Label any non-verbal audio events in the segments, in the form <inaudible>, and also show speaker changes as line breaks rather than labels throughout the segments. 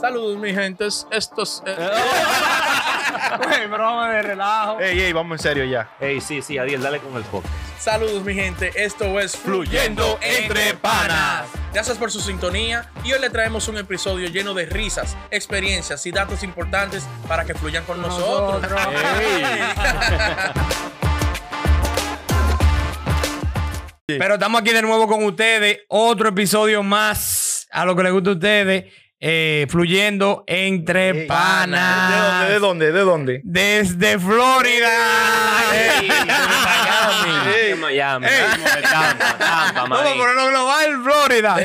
Saludos, mi gentes. Estos. eh,
¿Eh?
<laughs> Güey, broma de relajo.
Ey, ey, vamos en serio ya.
Ey, sí, sí, Adiel, dale con el podcast.
Saludos, mi gente. Esto es
Fluyendo Entre Panas.
Gracias por su sintonía y hoy le traemos un episodio lleno de risas, experiencias y datos importantes para que fluyan con nosotros.
Nosotros. Pero estamos aquí de nuevo con ustedes. Otro episodio más a lo que les gusta a ustedes. eh, fluyendo entre
Ey.
panas.
¿De dónde? ¿De dónde?
Desde Florida.
Ey, de Miami,
Ey.
de Miami,
Ey.
vamos de Tampa, Tampa,
Vamos
maní.
por lo global, Florida.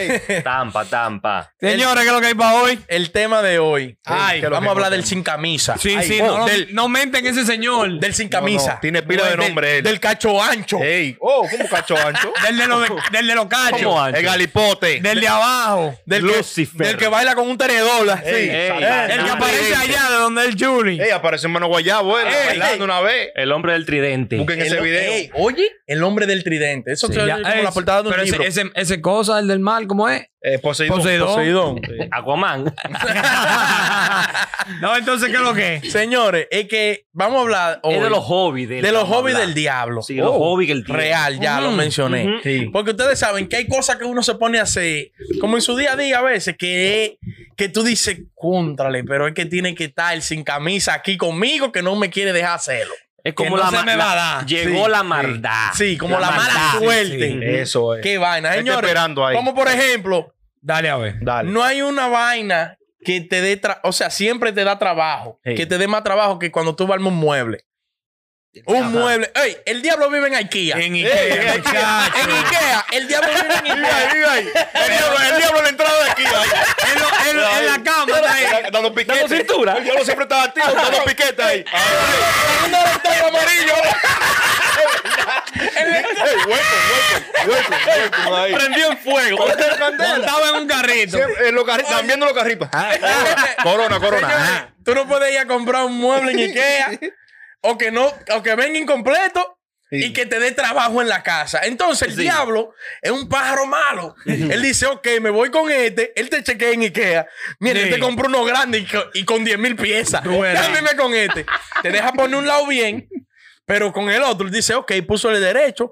Tampa, Tampa.
Señores, ¿qué es lo que hay para hoy?
El tema de hoy.
Ay,
vamos
que
a hablar
no
del sin camisa.
Sí,
Ay,
sí,
oh,
no, no,
del,
no menten ese señor.
del sin
No, no,
camisa.
tiene pila de
Del-
nombre él.
Del cacho ancho.
Ey, oh, ¿cómo cacho ancho?
Del de los del de los
¿Cómo
cachos.
ancho?
El galipote.
Del de abajo.
Del, que,
Lucifer.
del que baila con un tenedor. así.
Ey,
Ey,
Satanás.
El que
Ah,
aparece
evidente.
allá de donde el Julie.
Ey, apareció en Mano Guayabo, él,
Ey,
bailando
ey.
una vez.
El hombre del tridente.
Busquen
El-
ese video.
ey, oye, el hombre del tridente. Eso
Sí,
se oye
Ya,
como
es-
la portada de un
pero
libro.
Ese, ese, ese cosa, el del mal, ¿cómo es?
Eh, Poseidón.
Poseidón.
Sí.
Aquaman.
<laughs> no, entonces, ¿qué es lo que es?
Señores, es que vamos a hablar hoy
Es de los hobbies.
de
del-
los
vamos a
hobbies
hablar.
del diablo. Oh,
Sí, los hobbies que él tiene.
Real, ya lo
Ujú,
mencioné.
ujú.
Sí. Porque ustedes saben que hay cosas que uno se pone a hacer, como en su día a día a veces, que, que tú dices, contrale, pero es que tiene que estar sin camisa aquí conmigo que no me quiere dejar hacerlo.
Es
Que
como
no
la
se
ma-
me va a
la-
dar.
Llegó
Sí,
la
sí.
maldad.
Sí, como la, mala
Ah, maldad.
suerte.
sí,
Eso es.
Qué vaina,
Está
señores.
esperando ahí.
Como por ejemplo,
Dale a ver.
Dale.
no hay una vaina que te dé, tra- o sea, siempre te da trabajo,
Sí.
que te dé más trabajo que cuando tú vas a un mueble. Un
Ajá.
mueble. ¡Ey! El diablo vive en Ikea.
Eh,
En
Ey,
Ikea,
ey,
muchacho.
En Ikea. El diablo vive en
Vive
Ikea.
ahí, vive ahí. El diablo, el diablo en la entrada de aquí. ahí.
En, lo- en- en la cama, está ahí.
Dando piquetes.
Dando cintura.
El diablo siempre estaba activo, dando piquetes ahí.
Segundo delantero amarillo.
Ey, hueco, hueco, hueco, hueco. Ahí.
Prendió en fuego.
Montado en un carrito.
Siempre, eh, los carri- están viendo los carritos. corona, corona.
Señores,
Ah.
Tú no puedes ir a comprar un mueble en Ikea o que no, o que venga incompleto.
Sí.
Y que te dé trabajo en la casa. Entonces el diablo es un pájaro malo. Él dice, ok, me voy con este. Él te chequea en Ikea. Mira,
Sí.
él te compra uno grande y, co- y con 10 mil piezas.
Tú verás.
Cámbiame con este. Te deja poner un lado bien, pero con el otro. Él dice, ok, puso el derecho,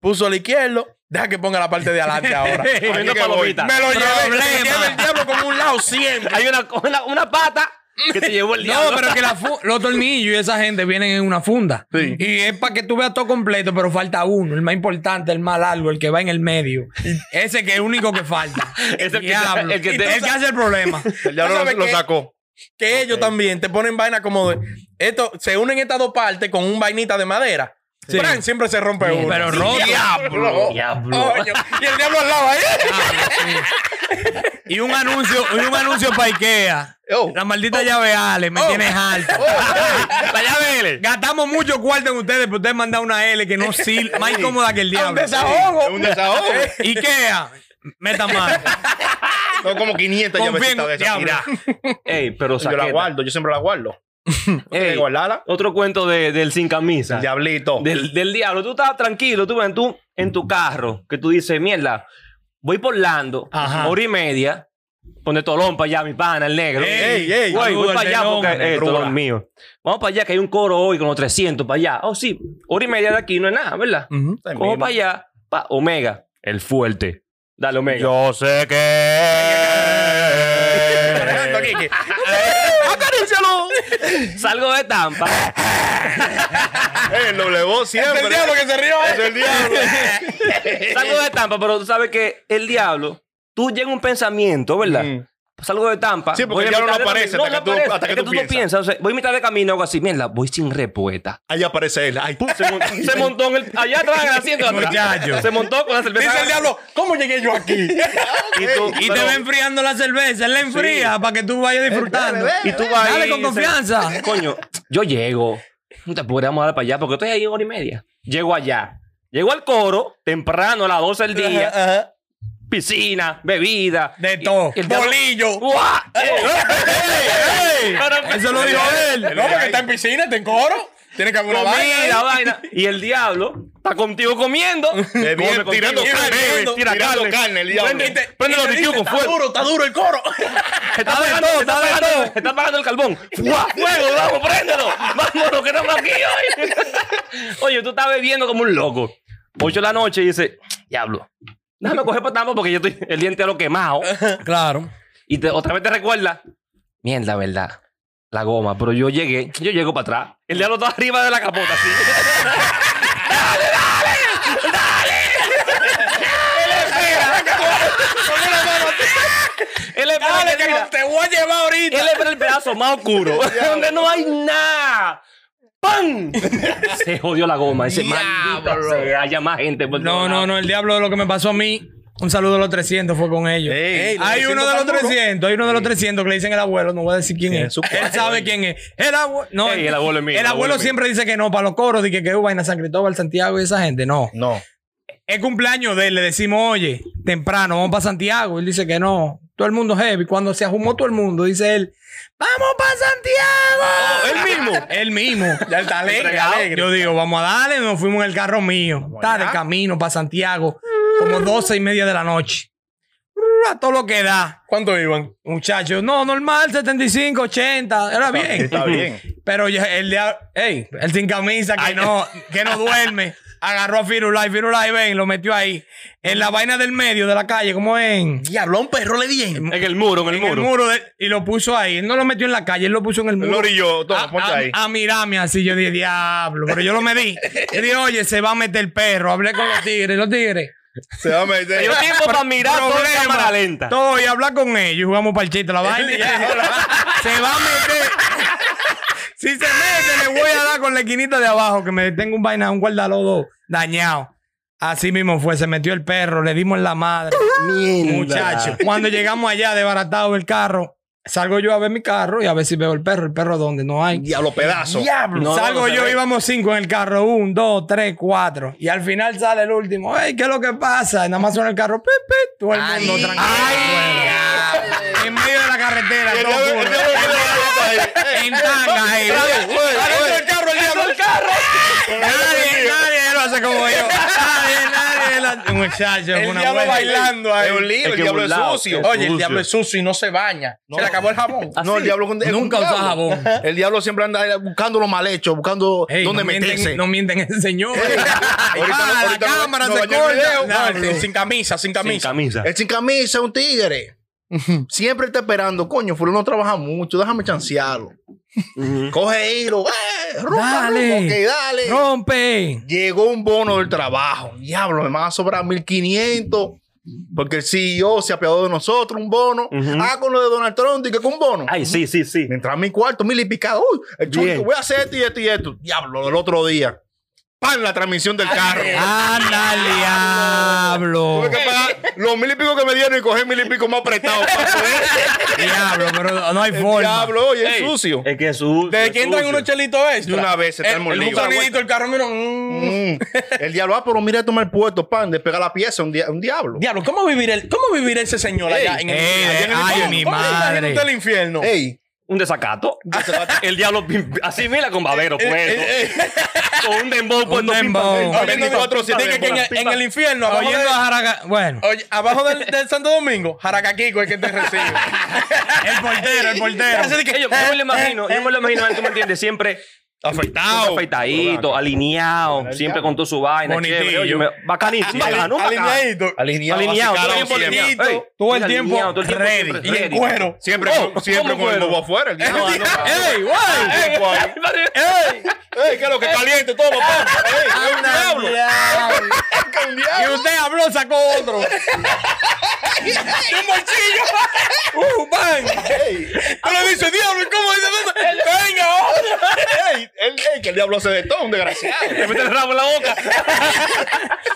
puso el izquierdo. Deja que ponga la parte de adelante ahora.
Comiendo
Aquí que voy.
palomitas.
Me lo llevé.
Problema.
Se lleva el diablo con un lado siempre.
Hay una, una, una pata que te llevó el
<laughs>
diablo.
No, pero que la fu- los tornillos y esa gente vienen en una funda.
Sí.
Y es para que tú veas todo completo, pero falta uno, el más importante, el más largo, el que va en el medio. Ese que es el único que falta.
<laughs> Es el que-
Diablo.
el que
Y
te-
tú el que hace el problema.
El diablo
¿Tú
lo,
sabes
lo
qué?
sacó.
Que ellos también te ponen vaina como de. Esto, se unen estas dos partes con un vainita de madera.
Sí.
Fran siempre se rompe uno.
pero roto.
Diablo.
Diablo.
Coño. Y el diablo al lado ahí.
Y un anuncio, y un anuncio para Ikea.
Oh.
La maldita llave Ale, me tienes alto.
La llave L.
Gastamos mucho cuarto en ustedes, pero ustedes mandan una L que no sirve, más incómoda que el
A un
diablo.
Es
desahogo. <laughs>
un desahogo.
Ikea, meta mano.
Son como 500
Confía en
llavecitas de esas
diablo.
tiradas.
Ey, pero
Yo la
saqueta.
guardo, yo siempre la guardo.
Ey,
Ey, guardarla.
Otro cuento de, del sin camisa.
El
Oh.
diablito.
Del, del diablo. Tú estás tranquilo, tú en tu, en tu carro, que tú dices, mierda, voy por Lando,
Ajá.
hora y media, pone Tolón para allá, mi pana, el negro.
Ey,
ey,
Güey,
saludo
voy para
al
allá
Tolón,
porque
hombre,
eh,
brother.
Tolón mío. Vamos para allá, que hay un coro hoy con los 300 para allá. Oh, sí, hora y media de aquí no es nada, ¿verdad?
Mm,
Como para allá, pa Omega, el fuerte. Dale, Omega. <laughs>
Yo sé
Fernando,
que.
Quique.
¡Acarícialo! Salgo de Tampa.
El doble voz siempre.
El diablo que se rió. eh.
Es el diablo.
Salgo de Tampa, pero tú sabes que el diablo, tú llega un pensamiento, ¿verdad?
Mm.
Salgo de Tampa.
Sí, porque
voy
el
a
diablo no
mitad de
aparece
camino.
hasta que tú-
aparece,
hasta que tú
no piensas. O sea, voy a mitad de camino o algo así. Mierda, voy sin
<laughs>
repueta.
Ahí aparece él. Ay,
Se, mon- se montó en el, allá
<laughs>
atrás en el asiento de atrás.
Muchacho.
Se montó con la cerveza.
Dice el diablo, ¿cómo llegué yo aquí?
Y tú,
Y
pero-
te va enfriando la cerveza, él la enfría para que tú vayas disfrutando.
bebe,
y tú vas
Dale
ahí,
con
se-
confianza.
<laughs> Coño, yo llego. pues, No te podríamos dar para allá porque estoy ahí hora y media. Llego allá. Llego al coro, temprano, a las 12 del día.
Ajá.
piscina, bebida.
De todo.
Y el diablo-
Bolillo.
¡Guau! <laughs> ¡Ey!
Eso lo dijo él.
<laughs>
No, porque está en piscina, está en coro. Tiene que haber una vaina.
comida,
ahí.
vaina. Y el diablo está contigo
<laughs>
comiendo.
Te viene
Come
tirando
contigo.
carne,
Bebe,
tirando-
tira
tirando
carne.
carne, el diablo.
Y te-
Prende,
y
prende los
te dice,
discos con
está
fuego.
duro, está duro el coro.
Está
Dale
pagando,
todo,
está
dale
pagando,
todo.
está apagando el carbón. ¡Fua! <laughs> ¡Fuego! ¡Vamos, préndelo! ¡Vámonos, que estamos aquí hoy! <laughs> Oye, tú estás bebiendo como un loco. Ocho de la noche y dices, diablo, déjame coger patambo porque yo estoy el día entero quemado.
Claro.
Y te- otra vez te recuerda, mierda, verdad, la goma. Pero yo llegué, yo llego para atrás. El diablo está arriba de la capota, así. ¡Dale, dale! ¡Dale! Él espera. Con, con una mano así. Él espera
Dale,
que
que
diga,
te voy a llevar ahorita.
él es el pedazo más <laughs> oscuro, donde no hay nada. ¡Pam! Se jodió la goma. Dice, maldita sea, haya más gente. por
No,
todos
no,
lados".
no. El diablo de lo que me pasó a mí. Un saludo a los 300 fue con ellos.
Ey, los
hay
300
uno de
tan
los
duros.
300, hay uno de los 300 que le dicen el abuelo, no voy a decir quién
Sí,
es.
su padre.
Él sabe quién es. El abuelo, no,
Ey, el abuelo es mío,
el
el abuelo
abuelo
es mío.
siempre dice que no para los coros, de que que vaina San Cristóbal, Santiago y esa gente, no.
No.
Es cumpleaños de él, le decimos, "Oye, temprano vamos para Santiago." Él dice que no. Todo el mundo heavy, cuando se ajumó todo el mundo, dice él, "Vamos para Santiago."
él mismo.
<laughs> él mismo.
Ya está alegre,
Entregado.
alegre.
Yo digo, vamos a darle, nos fuimos en el carro mío. Está de camino para Santiago, como 12 y media de la noche. A todo lo que da.
¿Cuánto iban?
Muchachos, no, normal, 75, 80, era bien.
Está bien.
Pero ya el diablo, ey, el sin camisa que no, que no duerme, agarró a Firulai, Firulai, ven, lo metió ahí. En la vaina del medio de la calle, como en,
Diablo, un perro le bien.
En el muro, en el
en el
muro.
muro, de- y lo puso ahí. Él no lo metió en la calle, él lo puso en el muro.
Lorillo,
A,
toma, ponte
a-
ahí.
a mirarme así, yo dije, diablo, pero yo lo medí. Yo dije, oye, se va a meter el perro. Hablé con los tigres, los tigres.
Se va a meter.
Yo tiempo para mirar todo en
Problema.
cámara lenta.
Todo y hablar con ellos. Jugamos parchita
<laughs>
la vaina. y ya. se va a meter. si se mete, le voy a dar con la esquinita de abajo, que me detengo un vaina, un guardalodo dañado. Así mismo fue, se metió el perro, le dimos en la madre. Muchacho, cuando llegamos allá, desbaratado el carro, salgo yo a ver mi carro y a ver si veo el perro. ¿El perro dónde? No hay.
Diablo, pedazo.
Diablo.
No,
Salgo
no se
yo,
ve.
íbamos cinco en el carro. Un, dos, tres, cuatro. Y al final sale el último. ¡Ey, qué es lo que pasa! Nada más suena el carro. ¡Pip, pip! Todo el
Ay,
mundo tranquilo.
ay,
Bueno, En medio de la carretera.
El
todo
diablo- el
oscuro.
diablo tiene la puerta
<laughs>
ahí.
En tanga, eh.
Ey, ey, ey.
Nadie, nadie lo hace como yo. Nadie, nadie lo hace. Muchacho,
El
una
diablo
vuelta.
bailando ahí.
Es un lío,
El
el
que
diablo es
burlao.
sucio.
Es
Oye, el
sucio.
diablo es sucio y no se baña. Se le acabó el jabón.
No, el diablo es un- es un
Nunca usa
diablo.
jabón.
El diablo siempre anda buscando lo mal hecho, buscando
Ey,
dónde
no
meterse.
Mienten,
<laughs>
no mienten ese señor.
Ahorita no-
Ah, la
ahorita no-
cámara
no
se
bañó el video.
corta.
No, el-
Diablo.
sin camisa, sin
Sin
camisa.
camisa.
El sin camisa es
<laughs>
un tigre. Siempre está esperando. Coño, fulano trabaja mucho. Déjame chancearlo. Coge hilo. Eh, rumba,
Dale.
rumba, ok, dale.
Rompe.
Llegó un bono del trabajo. Diablo, me van a sobrar 1500. Porque el CEO se apiadó de nosotros, un bono.
Ujú.
Ah, con lo de Donald Trump, dije que un bono.
Ay, sí, sí, sí.
Me entraba a mi cuarto, mil y picado. Uy, el
Bien.
chulito, voy a hacer esto y esto y esto. Diablo, el otro día. ¡Pan! La transmisión del carro.
Anda al diablo.
Tuve que pagar los mil y pico que me dieron y coger mil y pico más prestado. para poder-
Diablo, pero no hay forma.
Diablo, oye, es
Ey,
sucio.
Es que es sucio.
¿De quién traen unos chelitos extra?
De una vez, se
el,
traen
el,
molido.
un sonidito del carro, mira. mm.
Mm. El diablo, ah, pero mira, toma el puerto, pan, de pegar la pieza, un, dia- un diablo.
Diablo, ¿cómo vivirá el, cómo vivirá ese señor allá
Ey,
en el
ey,
allá en el-
Eh, ay,
¿Cómo-
mi
cómo se imagina
madre.
usted el infierno?
Ey,
Un
<laughs>
desacato. el diablo pim- así mira con babero
eh,
puesto. Con un dembow puesto. pim,
dembow.
pam, pim, pam,
Oyendo-
pim, pam, pim, pam,
Dije que en, el-
pim,
en
pam.
el infierno, abajo,
Oyendo
de-
a Jaraga. Bueno,
oye, abajo del, del Santo Domingo, Jaracaquico es que te recibe.
el portero, el portero.
Así de que- eh,
Ey, Yo, yo me lo imagino, yo me lo imagino, tú me entiendes, siempre
afeitado.
afeitadito, alineado, siempre con toda su vaina,
Bonitillo.
chévere, oye, me- bacanísimo,
Ali-
bacano, bacano.
Ah,
<laughs>
alineadito.
Alineado. así,
Alineado, todo el
calado,
tiempo
siempre.
alineado. Ey,
Todo el
alineado,
tiempo
todo el tiempo
ready.
siempre
Y en
ready.
cuero. <laughs>
Siempre,
Oh,
con, siempre
¿cómo
con el
fueron?
bobo afuera. El diablo.
Ah, no, claro.
¡Ey, guay!
Ey,
Eh.
ey.
<laughs>
Ey, que lo que caliente, toma, pan. Ey, es un diablo.
diablo.
Es un
Y
diablo.
usted habló, sacó otro.
¡Un bolsillo!
¡Uh, man!
Tú le dices, diablo, ¿y ¿cómo dices eso? ¡Venga, otro!
Ey, el, ey, que el diablo hace de todo, un desgraciado.
<laughs> Le mete el rabo en la boca.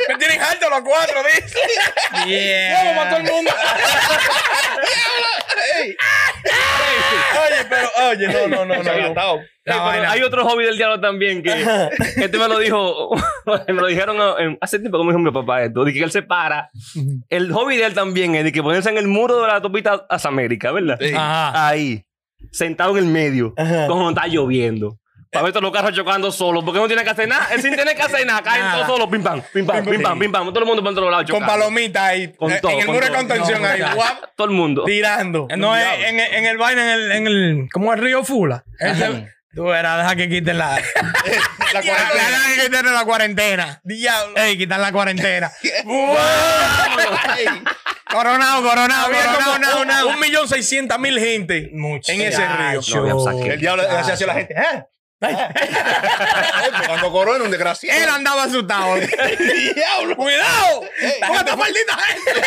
Me tienen alto los cuatro, dice. ¡Vamos, mató Ah, el mundo! Oye, pero, oye, no, no, no, no. no.
Desatado.
Ey, pero
vaina.
hay otro hobby del diablo también que este me lo dijo, <laughs> me lo dijeron en- hace tiempo que me dijo mi papá esto, de que él se para. El hobby de él también es de que ponerse en el muro de la autopista a América, ¿verdad?
Sí.
Ajá.
Ahí, sentado en el medio,
Ajá.
como está lloviendo. Para ver todos los carros chocando solos, porque no tienen que hacer nada. Es sin tener que hacer nada, caen
Nada.
todos solos, pim pam, pim pam, pim pam, pim pam. Todo el mundo para todos lados
Con
chocando.
palomitas ahí.
Con
eh,
todo,
en el
con
muro de
todo.
contención
No,
ahí.
ya.
guap,
Todo el mundo.
tirando.
No, es en, en el vaina, en el, en el. ¿Cómo el río Fula? Ese- tú verás, deja que quiten
<laughs>
la.
La
Deja
cuarentena.
que quiten la cuarentena.
Diablo.
Ey, quitar
<laughs>
la cuarentena.
Ey,
coronado, coronado,
Había como
coronado, no,
un-
no.
un millón seiscientas mil gente en ese río.
No, había saque.
El diablo le hacía a la gente. ¿eh? Eh, Pegando corona, un desgraciado.
Él andaba
<laughs>
asustado.
El diablo.
¡Cuidado!
¡Con esta maldita gente!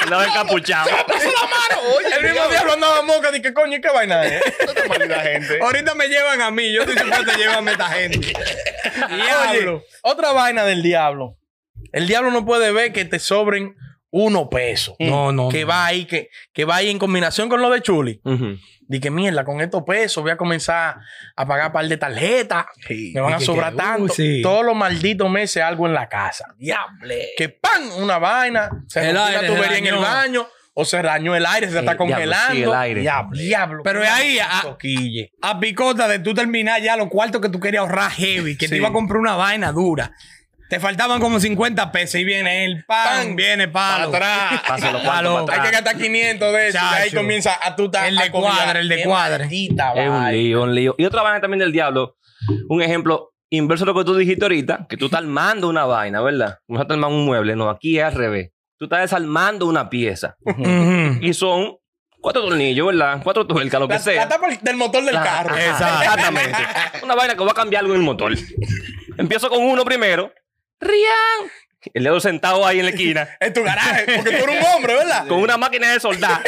Andaba encapuchado.
Pasó la mano. Oye,
El mismo diablo andaba moca. Dije, coño, ¿y qué vaina es?
Esta maldita gente.
Ahorita me llevan a mí. Yo estoy supuesto a llevarme a esta
<laughs>
gente. Diablo.
Oye, otra vaina del diablo. El diablo no puede ver que te sobren uno peso.
Mm. No, no,
Que
no.
va ahí, que, que va ahí en combinación con lo de Chuli.
Ujú.
Dije, que mierda, con estos pesos voy a comenzar a pagar par de tarjetas.
Sí.
Me van a
que-
sobrar
que-
tanto.
uh, sí.
Todos los malditos meses algo en la casa.
Diable.
Que ¡pam! Una vaina. Se
El
rompió la
aire se
tubería en el
dañó. Eh,
baño. O se dañó el aire, se está
diablo, sí,
congelando.
el aire.
Diablo. diablo,
Pero
qué
ahí,
maldito
ah,
quille.
A picota de tú terminar ya los cuartos que tú querías ahorrar heavy, que
Sí.
te iba a comprar una vaina dura. Te faltaban como 50 pesos y viene el pan,
Pan.
viene palo.
Para atrás.
Pase los cuartos
Palo.
para atrás.
Hay que gastar 500 de eso. y ahí
Chacho.
comienza a tu
El de cuadra, el de cuadra.
Es un lío, un lío. Y otra vaina también del diablo, un ejemplo inverso a lo que tú dijiste ahorita, que tú estás armando una vaina, ¿verdad? No estás armando un mueble, no, aquí es al revés. Tú estás desarmando una pieza
Ujú.
<laughs> y son cuatro tornillos, ¿verdad? Cuatro tuercas, lo que
La,
sea.
la tapa Ah, pues, del motor del
La-
carro.
ajá,
Exacto.
Exactamente. Una vaina que va a cambiar algo en el motor. Empiezo con uno primero. ¡Rian! El dedo sentado ahí en la esquina.
<laughs> En tu garaje. Porque tú eres un hombre, ¿verdad?
Con una máquina de soldar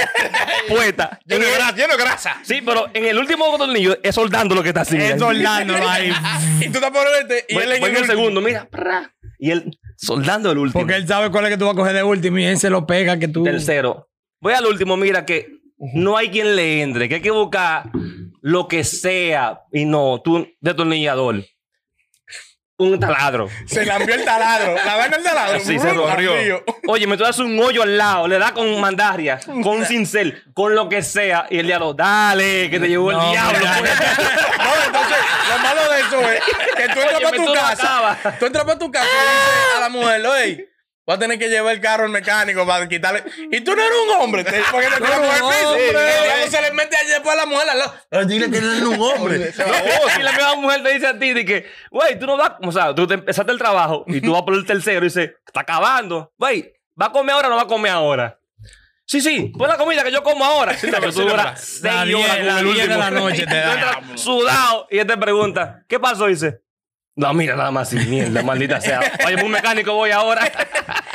puesta.
Lleno de grasa. Lleno de grasa.
Sí, pero en el último tornillo es soldando lo que está haciendo.
<laughs>
Es soldándolo ahí.
Ah, Y tú te pones este. Y
Voy-
él en
voy
el
en el
último.
segundo, mira. prra, y él soldando el último.
Porque él sabe cuál es que tú vas a coger de último y él se lo pega que tú.
Tercero. Voy al último, mira que no hay quien le entre, que hay que buscar lo que sea. Y no, tú, detornillador. Un
<laughs>
taladro.
Se lambió el taladro. La vaina del taladro.
Sí,
Brum,
se rompió.
lambío.
Oye, me tú haces un hoyo al lado, le da con mandaria,
<laughs>
con un cincel, con lo que sea, y el diablo, dale, que te llevó
No,
el diablo.
mira.
<laughs> pues.
<laughs> No, entonces, lo malo de eso es que tú entras
Óyeme,
para tu
tú no
casa.
acabas.
Tú entras para tu casa y dices a la mujer, oye. Voy a tener que llevar el carro al mecánico para quitarle. Y tú no eres un hombre, te- porque te
No eres
tiras por el
un
piso.
hombre.
El diablo se le mete allá después a la mujer. al lado. Pero Dile que no eres un hombre.
<laughs>
Se babó.
y la misma mujer te dice a ti, de que, güey, tú no vas, o sea, tú te empezaste el trabajo y tú vas por el tercero y dices, está acabando, güey, ¿va a comer ahora o no va a comer ahora? Sí, sí, pon la comida que yo como ahora.
<laughs>
Sí, pero tú duras seis
La diez,
horas con
la
el
diez de
último.
la noche te
<laughs> Tú
da.
entras sudado y él te pregunta, ¿qué pasó? Y dice, no, mira, nada más sin mierda, maldita sea. Oye, por un mecánico voy ahora.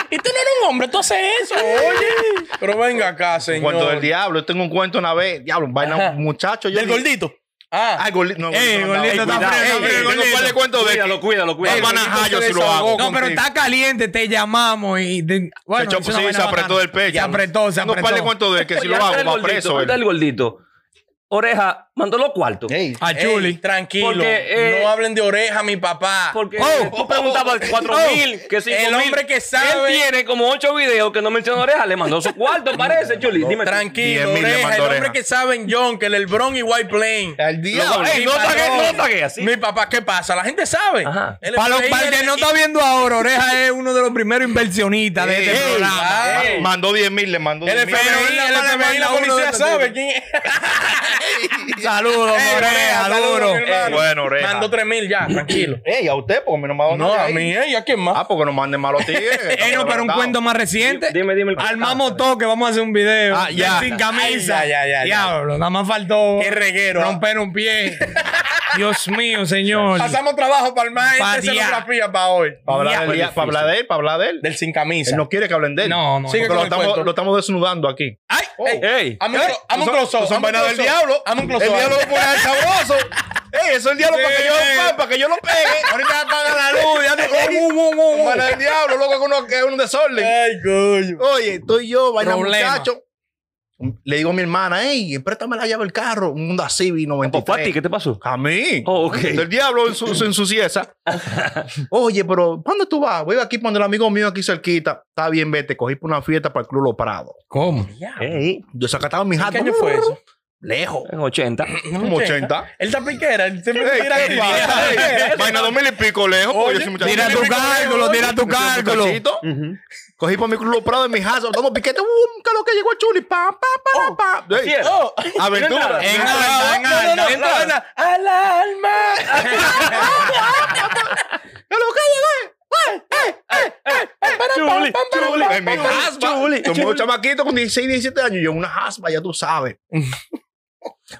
Y tú no eres un hombre, tú haces eso. Oye. Pero venga acá, señor.
Cuento del diablo. Yo tengo un cuento una vez. Diablo, vaina,
Ajá.
muchacho. Yo
Del
ni-
gordito. Ah.
Ay, gordito. No,
Ey,
no andaba.
gordito está
cuidado.
frío, está
Ey,
eh,
frío,
tengo
gordito.
par de cuentos de
Cuídalo, cuídalo,
Ey,
cuídalo.
van a hallar si lo
desahogó
hago.
No, pero
contigo.
está caliente, te llamamos y. te- Bueno,
chocó,
es una
sí,
vaina
se apretó
bacana.
el pecho.
Se apretó, se
Tengo un par de
apretó.
cuentos de que si lo
Oye,
hago,
antes del
va
gordito,
preso.
antes del
él.
gordito. Oreja, mandó los cuartos.
Ey.
A Ah, Chuli.
Ey, tranquilo.
Porque, eh,
no hablen de oreja, mi papá.
Porque
Oh,
tú preguntabas cuatro mil, que cinco
el
mil.
hombre que sabe.
Él tiene como ocho videos que no menciona oreja. Le mandó su cuarto, parece, Chuli. Dime. tú.
Tranquilo,
10.000 le
oreja. El
mandó
hombre
oreja.
que saben John, que el Lebron y White Plain.
Al diablo.
Loco,
Ey,
ey, no
Mi
tagues,
patrón.
no tagues así.
Mi papá, ¿qué pasa? La gente sabe.
Ajá.
Él es
Para, los-
player
para el que no
y-
está viendo ahora, Oreja es uno de los primeros inversionistas de este
ey,
programa.
ma-
Ey.
Mandó 10 mil, le mandó
El
10 mil.
FBI,
Mira,
el
mira,
FBI, la
manda uno de
policía
estos
sabe
tipos.
quién es.
Saludos,
Ey,
Oreja,
saludos,
duro.
mi hermano.
Bueno, oreja.
Mandó 3000 ya, tranquilo.
Ey, a usted, porque a mí no me ha dado
No,
nada
a
ahí.
mí, ¿eh? ¿Y a quién más?
Ah, porque nos manden malos tigres. que
Ey, Eh, no,
estamos
pero un
levantados.
cuento más reciente.
Dime, dime. el- Ah.
Armamos todo que vamos a hacer un video.
Ah, ya.
Sin camisa.
Ay, ya, ya, ya.
Diablo, nada más faltó.
Qué reguero, ah.
Romper un
<laughs>
pie. Dios mío, señor.
Pasamos trabajo para el
pues, Pa'
maestro de
día.
escenografía para hoy.
Para hablar,
Ya.
del día- para hablar de él, para hablar de él.
Del sin camisa.
Él no quiere que hablen de él.
No, no.
Sigue
Porque
con
lo
el
estamos,
cuento.
lo estamos desnudando aquí.
Ay,
Oh.
Ey.
Amo un clo- amo un
Son-
close-up, amo
Son
un
vainas del
close-up.
diablo.
Amo un
El
close-up.
diablo lo pone al sabroso. Ey, eso es el diablo para que yo
Sí.
para que yo lo pegue. <laughs> Ahorita apaga la luz. Ya te... Vaina del diablo, loco, que uno que es un desorden.
Ay, coño.
Oye, estoy yo, vaina
Problema.
muchacho. Le digo a mi hermana, ey, préstame la llave del carro, un Honda Civic
Pues, Pati,
93.
¿qué
<laughs>
te pasó?
A mí.
Oh, ok.
El diablo en su, en su <laughs> cieza. Oye, pero ¿pa' ¿dónde tú vas? Voy aquí cuando el amigo mío aquí cerquita. Está bien, vete. Cogí por una fiesta para el Club Los Prados.
¿Cómo?
Ey.
Yo sacataba mi
¿En
jato.
¿Qué año fue eso?
Lejos.
En 80.
Como 80.
Él está piquera, él siempre tira aquí.
Ey, Vaina dos mil y pico lejos. porque yo soy muchacho.
Tira tu cálculo, tira tu
Yo soy
cálculo.
muchachito. Cogí por mi club Prado en mi casa, dando piquete, ¡bum! Que lo que llegó el chuli, pam, pam, pam, pam. Ey,
Cierra.
Oh.
Aventura.
En alta, en
No, no, no,
alta, en
no,
alta.
no. Al
<laughs>
alma.
Que lo que llegó, ey, ey, ey, ey, ey, para, pam,
Chuli,
pam, para,
chuli.
pam, En mi
Chuli, chuli,
jaspa. Como
chuli.
un chamaquito con 16, 17 años, yo una jaspa, ya tú sabes.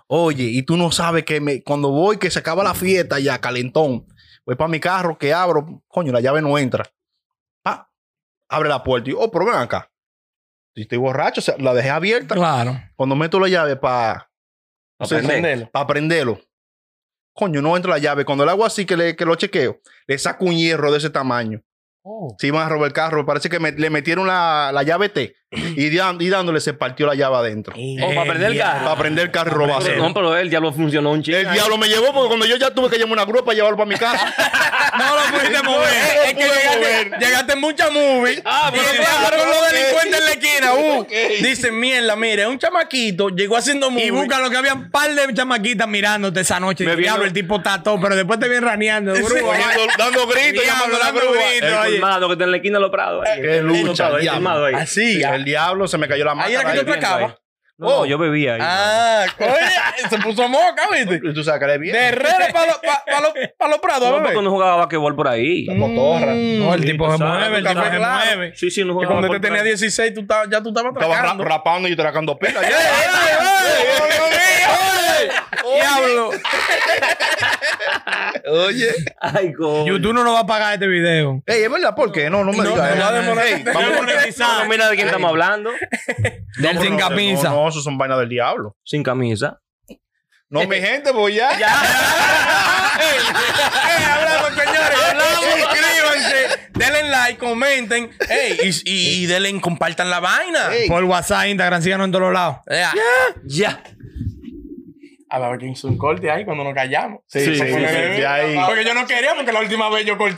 Oye, y tú no sabes que me, cuando voy, que se acaba la fiesta ya, calentón, voy para mi carro, que abro, coño, la llave no entra. Pa, abre la puerta y, oh, pero ven acá. Si estoy borracho, o sea, la dejé abierta.
Claro.
Cuando meto la llave para
Pa'
sí,
prender.
Prendelo.
para prenderlo. Coño, no entra la llave. Cuando le hago así que, le, que lo chequeo, le saco un hierro de ese tamaño. Se iban a robar el carro. Parece que me- le metieron la, la llave T y, dan- y dándole se partió la llave adentro.
O para perder el carro.
Para prender el carro y
Pero,
robárselo.
no, pero el diablo funcionó un chingo.
El diablo me llevó porque cuando yo ya tuve que llamar una grúa para llevarlo para mi casa.
No lo pudiste mover.
no
es que
pude
llegaste,
mover.
llegaste en mucha movie.
Ah,
y
pero
te
claro,
dejaron
ok.
los delincuentes en la esquina. uh.
Dicen, mierda, mire, un chamaquito llegó haciendo movie.
Y busca lo que había un par de chamaquitas mirándote esa noche.
Me
Diablo,
vieron-
el tipo está todo, pero después te viene raneando. grúa.
Cogiendo- dando
Diablo,
gritos, llamando a la
dando
grúa.
gritos,
El-
El
oye.
colmado que está en la esquina de los prados. ahí.
Qué
El
lucha,
colmado, el
diablo.
colmado ahí.
Así.
El diablo se me cayó la mano.
Ahí era que yo
Ahí
te
viendo
acaba.
ahí. No,
Oh.
yo bebía ahí.
Ah, oye, se puso moca,
<laughs>
¿viste?
Tú sabes que le bien.
De Herrera para los pa, pa lo- pa los prados,
No,
a ver.
porque no jugaba basquetbol por ahí.
La cotorra.
mm,
No, el tipo
tú
se
sabes,
mueve, el
tú
tipo se
sabes, claro.
mueve.
Sí, sí, no
Que
jugaba.
cuando
por
te tenía
ahí.
16, tú estabas- ya tú estabas
Estaba ra-
trabajando.
rapando y yo tragando pilas.
¡Ey, ey, ey!
Diablo,
Oye.
Ay, coño.
YouTube no nos va a pagar este video.
Ey, es verdad, ¿por qué? No, no me
No, no,
digas. eso.
no, no, no.
Ey,
No,
vamos
no,
a poner-
No, mira de quién estamos hablando.
Del sin
no,
camisa.
No, no, eso son vainas del diablo.
Sin camisa.
No, <laughs> mi gente, voy ya.
¡Ey, hablamos, señores! Suscríbanse, denle like, comenten. ¡Ey! Y, y, y denle, compartan la vaina.
Ey.
Por WhatsApp, Instagram, síganos en todos los lados.
Ea.
Ya.
A ver, que hizo un corte ahí cuando nos callamos.
Sí, sí, sí, sí, sí, ahí.
Porque yo no quería, porque la última vez yo corté.